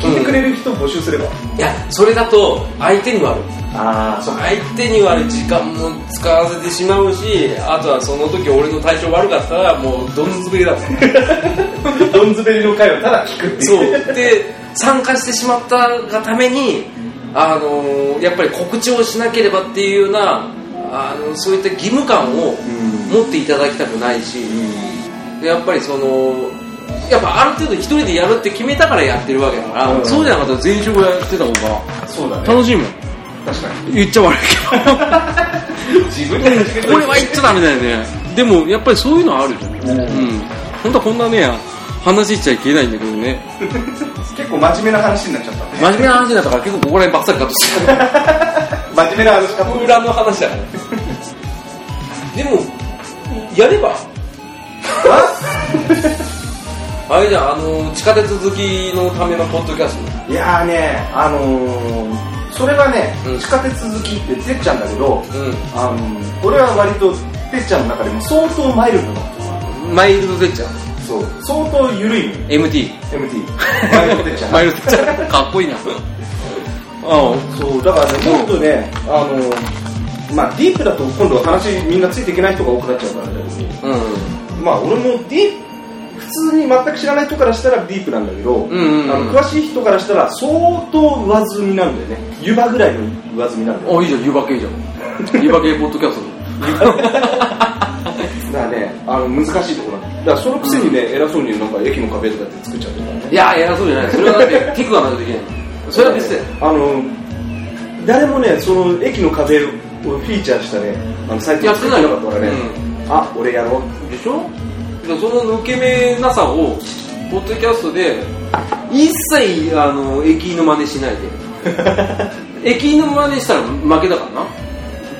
S1: 聞いてくれる人募集すれば、
S2: いやそれだと相手に悪い
S1: ああそ
S2: 相手に悪い時間も使わせてしまうしあとはその時俺の対象悪かったらもうどんずべりだった
S1: うドンズベリの回をただ聞くっていう
S2: そうで参加してしまったがために、あのーやっぱり告知をしなければっていうようなあのそういった義務感を
S1: うん
S2: 持っていただきたくないし、でやっぱりそのやっぱある程度一人でやるって決めたからやってるわけだから、
S1: うん
S2: そうじゃなかったら全職やってた方
S1: そうだ
S2: が楽しいもん
S1: 確かに
S2: 言っちゃ悪いけど
S1: 自分で始めた
S2: これは言っちゃダメだよねでもやっぱりそういうのあるじゃん、うん、本当はこんなね話しちゃいけないんだけどね
S1: 結構真面目な話になっちゃったね
S2: 真面目な話だったから結構ここら辺ばっさりカットしてた
S1: 真面目な話かも
S2: 裏の話だから でもやればあれじゃんあの地下鉄好きのためのポッドキャス
S1: いやーねあのー、それはね、
S2: うん
S1: 地下鉄好きっててっちゃんだけど
S2: トう
S1: あのー、俺は割とてっちゃんの中でも相当マイルドなの
S2: んマイルドてっちゃん
S1: そう相当緩いの
S2: MT
S1: MT マイルドてっちゃん
S2: マイルドてっちゃん かっこいいなあ
S1: そうだからねもっとねあのー、まあディープだと今度は話みんなついていけない人が多くなっちゃうからだけど
S2: うん
S1: まあ俺もディープ普通に全く知らない人からしたらディープなんだけど、
S2: うんうん
S1: あの詳しい人からしたら相当上積みなんだよね湯葉ぐらいの上積みなんだよ
S2: あいいじゃん湯葉系じゃん湯葉系ポッドキャス
S1: だからね、あの難しいところなんだ。だからそのくせにね、偉そうになんか駅の壁とかって作っちゃってるからね。
S2: トいや偉そうじゃないそれはだってテクがないとできないそれは別だよ
S1: あの、誰もね、その駅の壁をフィーチャーしたね、あの最近
S2: やってない
S1: なかったからね、あ、俺やろう。
S2: でしょでその抜け目なさをポッドキャストで一切あの駅員の真似しないで駅員の真似したら負けだからな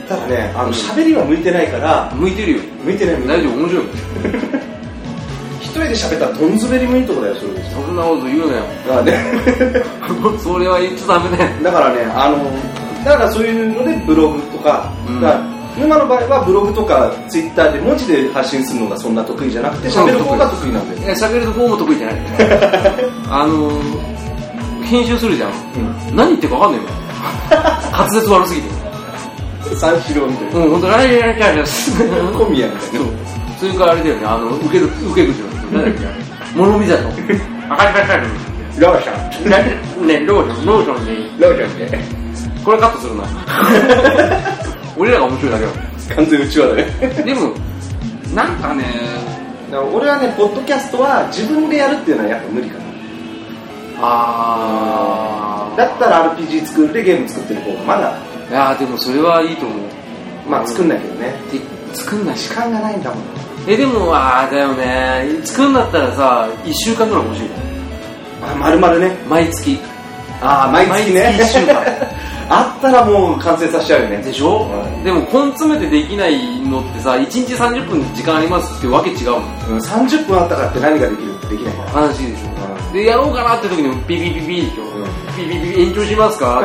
S1: ただね、あ
S2: うん
S1: の喋りは向いてないから、
S2: 向いてるよ
S1: 向いてない、向いてない
S2: 大丈夫面白いよ
S1: 一人で喋ったらどんずべりもいいとこだよ、それです。
S2: そんなこと言うなよ
S1: だから ね、
S2: それは言っちゃダメだよ
S1: だからね、あの、だからそういうのでブログとか、
S2: うん
S1: だから沼の場合はブログとかツイッターで文字で発信するのがそんな得意じゃなくて、喋る方が得意なんだよ。
S2: いや喋るとこも得意じゃないあの編集するじゃん
S1: うん
S2: 何言ってるか分かんないもん滑舌悪すぎて
S1: 三四郎みたいな。
S2: うん本当ライライライライ
S1: 小宮みたい な。
S2: それからあれだよね、あの、受け、受け口の人、誰だっけモノミザの。あかりか
S1: ローション。
S2: ね、ローション、ローションで
S1: ローションで。
S2: これカットするな。俺らが面白いだけ
S1: 完全うちわだね。
S2: だ。でも、なんかね、
S1: 俺はね、ポッドキャストは自分でやるっていうのはやっぱ無理かな。
S2: あー。
S1: だったら RPG 作るでゲーム作ってる方がまだ、
S2: いやーでもそれはいいと思う。
S1: まあ作んないけどね。
S2: で作んないし
S1: 時
S2: か。
S1: 間がないんだもん。
S2: え、でも、あーだよね。作んだったらさ、1週間ぐらい欲しいよ。
S1: あ、まるまるね。
S2: 毎月。
S1: あー、毎月ね。
S2: 毎月一週間
S1: あったらもう完成させちゃうよね。
S2: でしょ、
S1: はい
S2: でも、根詰めてできないのってさ、1日30分時間ありますってわけ違うもん。
S1: うん、30分あったからって何ができるってできないから。
S2: 話でしょ。で、やろうかなって時にもピピピピでしょ
S1: うん
S2: ピピピピ延長しますか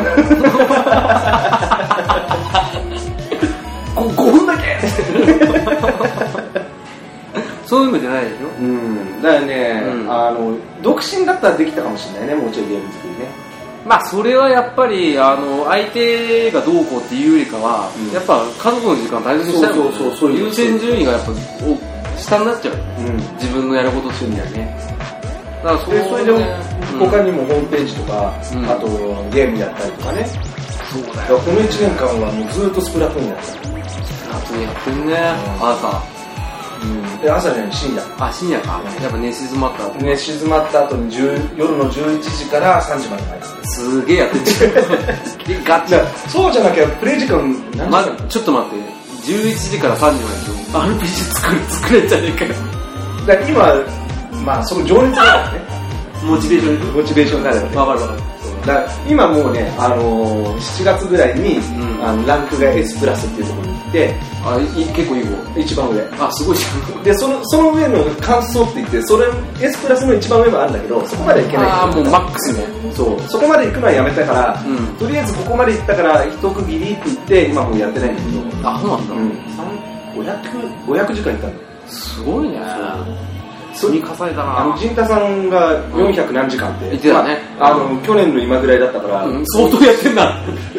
S2: こ ?5 分だけそういうのじゃないでしょ
S1: うん、だからね、
S2: うん
S1: あの、独身だったらできたかもしれないね、もうちょいゲーム作りね。
S2: まあそれはやっぱりあの相手がどうこうっていうよりかは、
S1: うん
S2: やっぱ家族の時間大切にしたいもんね
S1: そうそうそうそういう
S2: 優先順位がやっぱお下になっちゃう
S1: うん。
S2: 自分のやることっていうにはねだからそう
S1: でそれで他にもホームページとか、
S2: うん
S1: あとゲームやったりとかね、
S2: そう
S1: だ
S2: だよ
S1: からこの1年間はもうずっとスプラトゥーンやって
S2: 夏にやってんね、朝
S1: た、うん、で朝じゃない深夜
S2: あ深夜かやっぱ寝静まったら
S1: ね静まった後に10夜の11時から3時までのやつ
S2: すげえやってんじゃんで ガチ
S1: じゃあそうじゃなきゃプレイ時間何
S2: ま
S1: 時間、
S2: ちょっと待って11時から3時まででしょ RPG 作る作れんじゃねえかよ
S1: だから今まあその情熱があるよね
S2: モチベーションい
S1: モチベーションになるよ
S2: く
S1: ね
S2: わかるわかる
S1: だから今もうね、あのー、7月ぐらいに、
S2: ん
S1: あのランクが S プラスっていうところに行って
S2: あいい結構いい方
S1: 一番上
S2: あすごいじゃ
S1: でそのその上の感想って言ってそれ S プラスの一番上もあるんだけどそこまでいけない
S2: ん
S1: から
S2: あ あもうマックスね
S1: そうそこまで行くのはやめたから、
S2: うん
S1: とりあえずここまで行ったから一区切りって言って今もうやってないんだけど、うん
S2: あそうなんだ、
S1: 500 500時間行ったんだよ
S2: すごいね
S1: そう
S2: 積み重ねた
S1: あの
S2: な
S1: 陣田さんが400何時間って、
S2: 言ってたね
S1: まああの去年の今ぐらいだったから、
S2: うん相当やってんな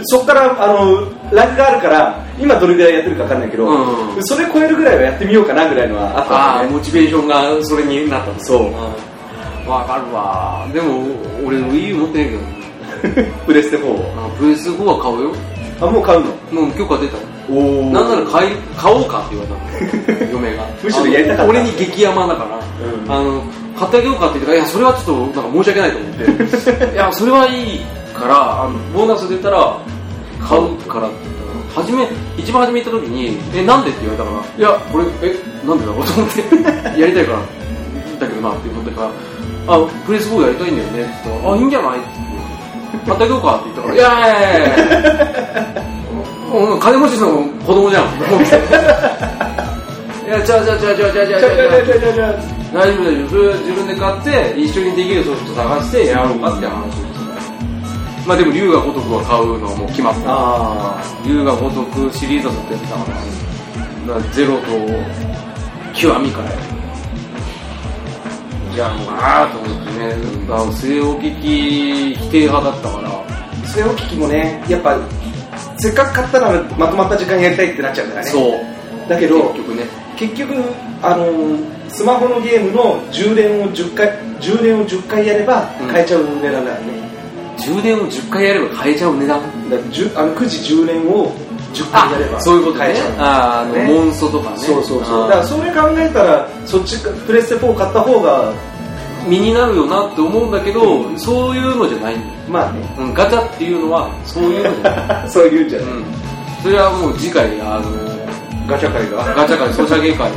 S1: そっからあのラグがあるから今どれぐらいやってるか分かんないけど、
S2: うんうん
S1: それ超えるぐらいはやってみようかなぐらいのはあったん
S2: あ
S1: だ
S2: あ
S1: よね
S2: モチベーションがそれになったの
S1: そう
S2: うんわかるわでも俺 Wii U 持ってないけど
S1: プレステ4を
S2: あの PS5 は買うよ
S1: あ、もう買うの
S2: もう許可出たよ
S1: お
S2: なんなら買い買おうかって言われたの嫁が
S1: むしろやりたかった
S2: あの俺に激ヤマだから、
S1: ん
S2: あの買ってあげようかって言ったからいやそれはちょっとなんか申し訳ないと思 っていやそれはいいからあのボーナス出たら買うからって言ったら初め一番初め行った時に「えなんで?」って言われたから「いや俺えなんでだろう?」と思 って「やりたいから」だけどなって思ったから「あプレスボールやりたいんだよね」って言ったら「あいいんじゃない?」って言って「買ってあげようか」って言ったから「いやいやいやいや うん金持ちの子供じ ゃん。
S1: じゃあじゃあじゃあじ
S2: いや、じゃあじゃあじゃあじゃあじゃあじゃあじゃ
S1: ゃあじゃあ
S2: あ大丈夫大丈夫。それは自分で買って、一緒にできるソフト探してやろうかって話をしてた。まあでも、龍が如くは買うのはもう決まった。
S1: あ
S2: 龍が如くシリーズはずっとやってたから。だからゼロと極みからやる。いや、もうあーと思ってね。だから据え置き機否定派だったから。
S1: あそれを聞きもねやっぱせっかく買ったならまとまった時間やりたいってなっちゃうんだよね
S2: そう。
S1: だけど
S2: 結局ね。
S1: 結局あのースマホのゲームの10連を10回10連を10回やれば
S2: うん
S1: 買えちゃう値段だよね、
S2: 充電を10回やれば変えちゃう値段
S1: だから10あの9時10連を10回やれば
S2: そういうこと
S1: 買
S2: ね
S1: えちゃう
S2: ああの、
S1: ね
S2: モンストとかね
S1: そうそうそう
S2: あー
S1: だからそれ考えたらそっちかプレステ4買った方が
S2: 身になるよなって思うんだけど、そういうのじゃないんだよ
S1: まあね
S2: うん、ガチャっていうのはそういうのじゃない、
S1: そういうんじゃ
S2: う
S1: ない、
S2: ん、それはもう次回あの
S1: ガチャ会が
S2: ガチャ会ソシャゲ会を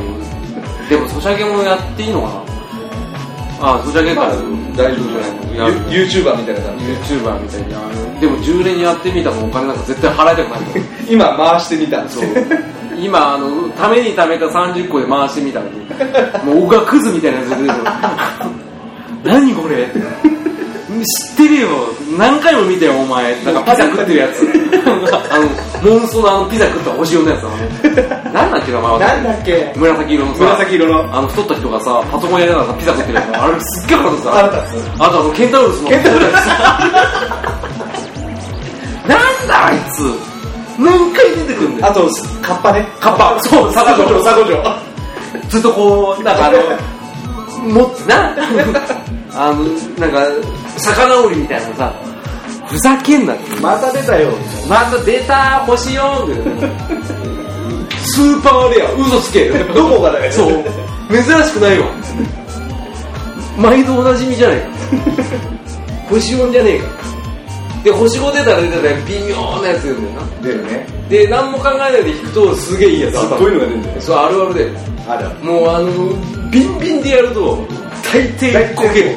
S2: でもソシャゲもやっていいのかなああソシャゲ会、
S1: 大丈夫じゃない
S2: やる
S1: ユ YouTuber みたいな感じ
S2: YouTuber みたいにあのでも10連やってみたらお金なんか絶対払いたくないよ
S1: 今回してみたんです
S2: そう今あのためにためた30個で回してみたのにもうおがくずみたいなやつ出てる何これって知ってるよ何回も見たよお前なんかピザ食ってるやつあのモンストのあのピザ食った星4のやつだの何だっけ名前
S1: なんだっけ
S2: 紫色のさ
S1: 紫色の
S2: あの太った人がさパソコンやりながらさピザ食ってるやつあれすっげえ腹立つさ
S1: 腹立つ
S2: あとあのケンタウロスの
S1: ケンタウロス
S2: なんだあいつ何回出てくんだよ
S1: あとカッパね
S2: カッパそう
S1: 佐
S2: 佐
S1: 古
S2: 古
S1: 城
S2: 城
S1: 佐古城
S2: ずっとこう、なんかあの、持ってな、 あの、なんか、魚売りみたいなのさ、ふざけんなって。
S1: また出たよ
S2: また出た、星4で。スーパーレア、嘘つけ。
S1: どこがだよ
S2: そう。珍しくないわ。毎度おなじみじゃないか。星4じゃねえか。で、星5出たら出たら微妙なやつ出るんだよな。
S1: 出るね
S2: で、何も考えないで引くとすげえいいやつ。
S1: すっごいのが出るんだよ
S2: そう、あるあるで。
S1: あるある
S2: もうあのビンビンでやると大抵こける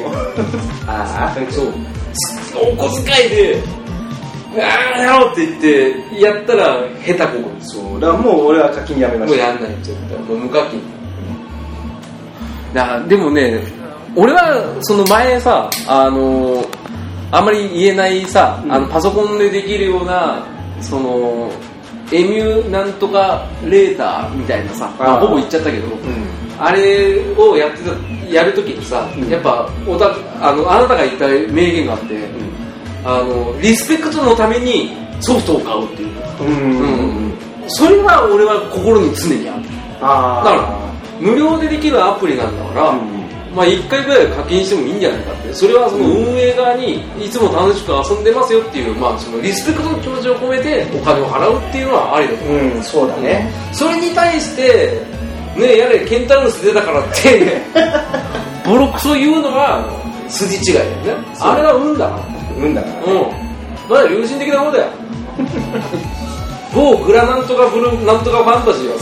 S1: ああ
S2: そうお小遣いでああやろうって言ってやったら下手こくんですよ
S1: そうだからもう俺は課金やめま
S2: もう
S1: した
S2: やんないって言ったらもう無課金だからでもね俺はその前さあのあんまり言えないさ、
S1: うん
S2: あのパソコンでできるようなそのエミュなんとかレーターみたいなさ、まあ
S1: あー
S2: ほぼ言っちゃったけど、
S1: うん
S2: あれをやってたやるときにさ、
S1: うん
S2: やっぱおたあのあなたが言った名言があって、あのリスペクトのためにソフトを買うっていう、
S1: うん
S2: うんそれは俺は心に常にあるだ
S1: あ
S2: から無料でできるアプリなんだから、
S1: うん
S2: まあ1回ぐらい課金してもいいんじゃないかってそれはその運営側にいつも楽しく遊んでますよっていう、まあ、そのリスペクトの気持ちを込めてお金を払うっていうのはありだと思う
S1: うんそうだね
S2: それに対して、ね、やれ、ケンタウロス出たからって、ボロクソ言うのは筋違いだよね。
S1: そう
S2: あれは運だな。うん。
S1: うんだから
S2: まだ良心的なものだよ。某グラなんとかブルー、なんとかファンタジ ーは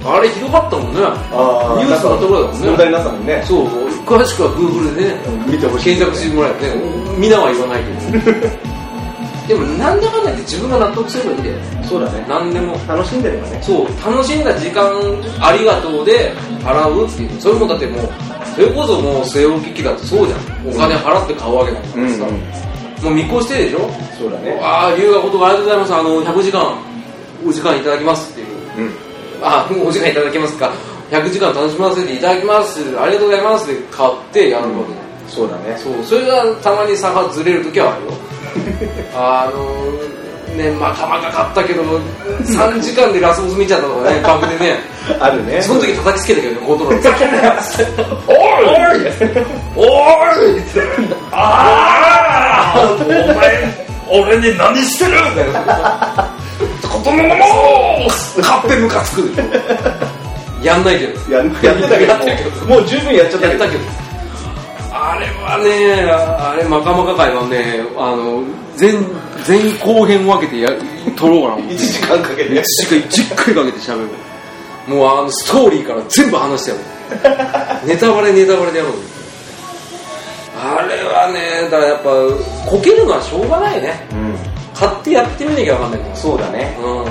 S2: さ、あれひどかったもんね。
S1: あ
S2: ニュースのところだもんね
S1: 問題なさもね
S2: そう、詳しくは Google でね。
S1: うん見てほしい
S2: 検索してもらえばね、皆は言わないけど。 でも、なんだかんだ言って自分が納得すればいいんだよ。
S1: そうだね
S2: なんでも。
S1: 楽しんでればね
S2: そう、楽しんだ時間ありがとうで払うっていう。それもだってもう、それこそもう据え置き機だとそうじゃん。お金払って買うわけだからさ。
S1: うん
S2: もう見越してでしょ
S1: そうだね
S2: ああ、龍河ことありがとうございます。あの、100時間、お時間いただきますっていう。
S1: うん
S2: あ、もうお時間いただけますか。100時間楽しませていただきます。ありがとうございますって買ってやるわけだよ
S1: そうだね
S2: そう、それがたまに差がずれるときは あるよ。あのね、またまかかったけど、3時間でラスボス見ちゃったと かね、バグでね。
S1: あるね
S2: その時叩きつけたけどね、コントロー ル。
S1: おい
S2: おーい
S1: ああ
S2: お前、
S1: 俺に何してるみた いな子供も勝ってムカつく
S2: やんないけど。
S1: ややってたけ
S2: やってたけ
S1: どもうもう十分やっちゃった
S2: や
S1: け
S2: っ
S1: ど
S2: たけど。あれはね、あれ、マカマカ界はね、あの、前、前後編分けてや、撮ろうかな思って。
S1: 1時間かけて
S2: じっくりじっくりかけて喋るもうあのストーリーから全部話してやろうネタバレネタバレでやろうあれはねだからやっぱこけるのはしょうがないね買ってやってみなきゃ分かんないけど
S1: そうだね
S2: うん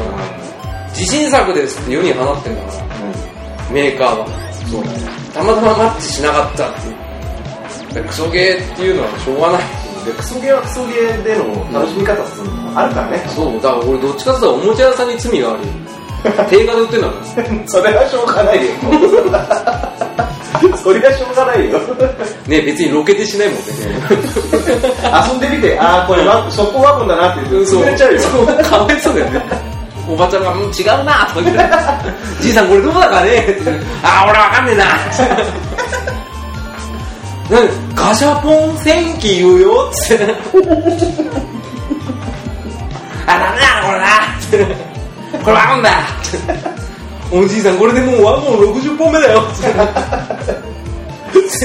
S2: 自信作ですって世に放ってんだからメーカーは
S1: そうだね
S2: たまたまマッチしなかったっていうだからクソゲーっていうのはしょうがない
S1: でクソゲーはクソゲーでの楽しみ方するのもあるからね
S2: そうだから俺どっちかっていうとおもちゃ屋さんに罪が あるよ定価で売ってんだから
S1: それはしょうがない よそれはしょうがないよ
S2: ね別にロケでしないもんね
S1: 遊んでみてああこれワそこワゴンだなって言って
S2: そう
S1: 潰れちゃうよ
S2: そうかわいそうだよねおばちゃんが「うん違うな」とか 言って「じいさんこれどこだかね」って「あー俺わかん ねえな」なんかガシャポン戦記言うよ」っつって「あダメだなこれな」って「これワゴンだ」って「おじいさんこれでもうワゴン60本目だよ」っつって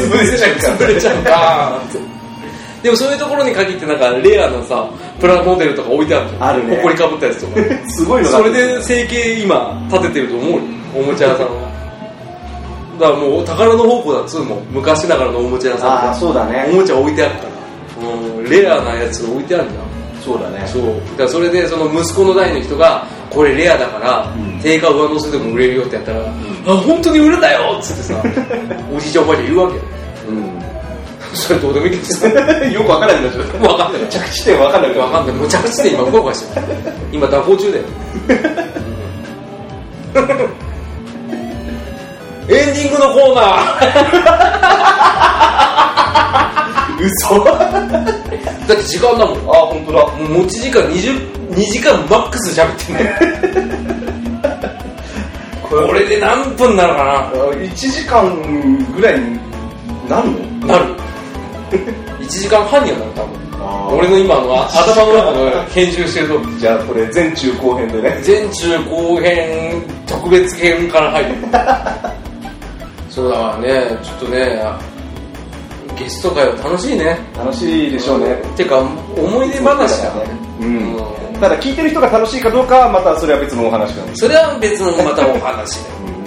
S1: 潰れちゃうから
S2: 潰れちゃうか でもそういうところに限ってなんかレアのさプラモデルとか置いてあるじゃん
S1: あるね
S2: ほこりかぶったやつとか
S1: すごいのが
S2: それで整形今立ててると思うよおもちゃ屋さんはだからもう宝の宝庫だっつうもん昔ながらのおもちゃ屋
S1: あ
S2: さ
S1: あ
S2: んって
S1: そうだ
S2: お
S1: ね
S2: もちゃ置いてあるから、うん、レアなやつ置いてあるじゃん
S1: そうだね
S2: そうだからそれでその息子の代の人がこれレアだから、
S1: うん
S2: 定価上乗せでも売れるよってやったら、あ本当に売れたよっつってさおじいちゃんおばあちゃん言うわけよ
S1: うん
S2: それどうでもいいけどさ
S1: よくわからないでしょ
S2: 分かんない
S1: 着地点わかんない
S2: 分かんないもう着地で今後悔してる今蛇行中だよエンディングのコーナー
S1: 嘘あ
S2: だって時間だもんも
S1: 本当だ
S2: う持ち時間20 2時間マックス喋ってんだよ
S1: こ
S2: これで何分なのかな
S1: 1時間ぐらいになんの
S2: なる1時間半にはなる多
S1: あー
S2: 分俺の今の頭の中の編集してると
S1: じゃあこれ全中後編でね
S2: 全中後編特別編から入る そうだわねちょっとねゲスト会は楽しいね
S1: 楽しいでしょうね
S2: てか思い出話だね
S1: うんただ聞いてる人が楽しいかどうかはまたそれは別のお話なんです、
S2: それは別のまたお話だよ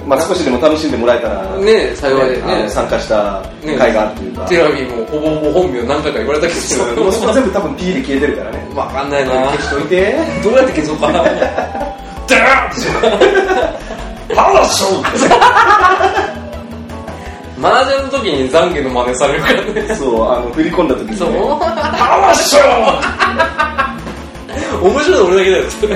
S1: まあ、少しでも楽しんでもらえたら
S2: ねえ幸いでね
S1: あの参加した
S2: ね
S1: 会があるというか、
S2: テラビーもほぼほぼ本名何回か言われたけ
S1: うんもうそこ
S2: ど
S1: 全部多分 P で消えてるからね
S2: わかんないな
S1: 消しといて
S2: どうやって消そうか なダーン
S1: パラショ
S2: マージャンの時に懺悔の真似されるからね
S1: そうあの振り込んだ時に、ね、
S2: そう
S1: パラショ
S2: 面白いの俺だけだよそれ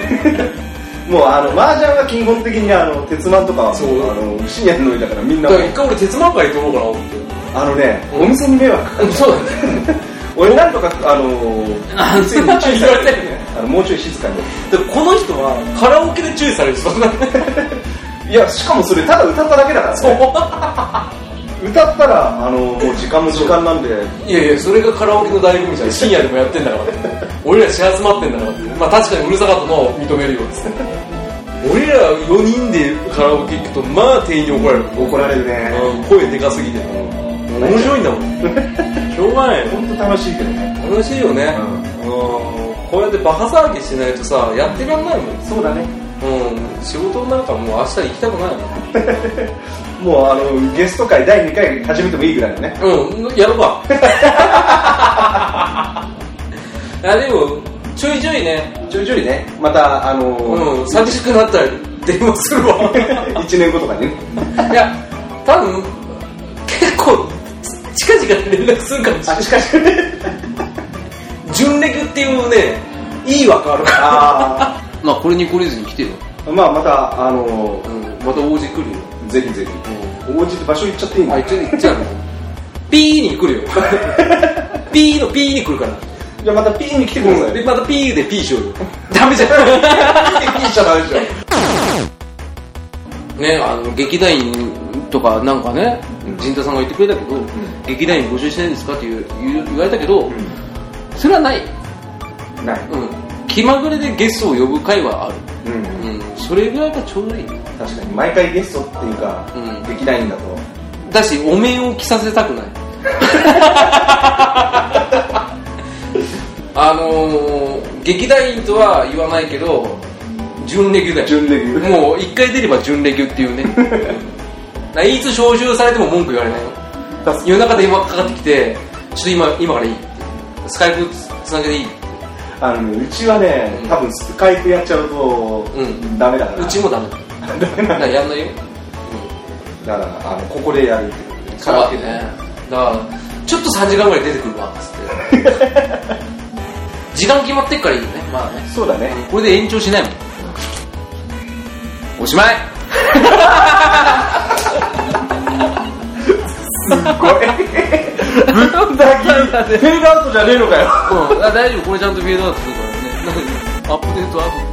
S1: もうあの麻雀は基本的にあの鉄腕とかは
S2: そう
S1: もうあの深夜のノリだからみんな
S2: だから一回俺鉄マン会行ろうかな思って
S1: あのね、
S2: うん
S1: お店に迷惑かかる
S2: そうだね。
S1: 俺なんとかあの
S2: あ
S1: 店に注意されてる
S2: 言われ
S1: ねあのもうちょい静かに
S2: でこの人はカラオケで注意される人なんだね。
S1: いやしかもそれただ歌っただけだから、ね、歌ったらあのもう時間も時間なんで
S2: いやいや、それがカラオケの醍醐味じゃん。深夜でもやってんだからね。俺ら始発待ってんだからね。まあ確かにうるさかったのは認めるよ。つって俺ら4人でカラオケ行くと、まあ店員に怒られる。
S1: 怒られるね
S2: うん声でかすぎて。面白いんだもん。しょうがないよ。
S1: 本当楽しいけどね
S2: 楽しいよね。
S1: う
S2: うんこうやってバカ騒ぎしないとさ、やってらんないもん。
S1: そうだね
S2: うん、仕事なんかもう明日行きたくないもん。
S1: もうあのゲスト会第2回始めてもいいぐらいのね
S2: うん、やるわ。 いや、でも、ちょいちょいね、
S1: ちょいちょいねまたあの
S2: うん、寂しくなったら電話する わ。
S1: 1年後とかにね
S2: いや、多分、結構、近々連絡するかもしれない。
S1: しかし
S2: 純歴っていうね、いい枠あるから。
S1: あ
S2: まあ、これに懲りずに来てよ。
S1: あまあまたあの
S2: うん、また王子来るよ。
S1: ぜひぜひ応じて場所行っちゃっていいの、
S2: あ、一応行っちゃうの。ピーに来るよ。ピーのピーに来るから。
S1: じゃあまた P に来てください、
S2: で、またピーでピーしようよ。ダメじゃん。
S1: P しちゃダメでしょ
S2: ね、あの劇団員とかなんかね、陣田さんが言ってくれたけど、劇団員募集してないんですかっていう言う言われたけど、それはない。
S1: ない。
S2: うん気まぐれでゲストを呼ぶ会はある
S1: うん。
S2: うんそれぐらいがちょうどいい
S1: 確かに、毎回ゲストっていうか、
S2: うん
S1: できないんだと。
S2: だしお面を着させたく ないあのー、劇団員とは言わないけど準レギュだよ
S1: 準レギュ
S2: もう一回出れば準レギュっていう ねだいつ招集されても文句言われないの
S1: 確
S2: 夜中で今かかってきてちょっと今今からいいスカイプつなげていい
S1: あのね、うちはね
S2: う、ん
S1: 多分スカイプやっちゃうと、
S2: うん
S1: ダメだから。
S2: うちも ダメだだからやんないよ、
S1: だから、あの、ここでやるってことで
S2: うん、
S1: カラオケ
S2: そうだねだからちょっと3時間ぐらい出てくるわっつって 時間決まってっからいいよねまあね
S1: そうだね。
S2: これで延長しないもんおしまい
S1: すっごい。 ぶった切り。フェードアウトじゃねえのかよ。
S2: うんあ大丈夫これちゃんとフェードアウトするからねなんかアップデートアップ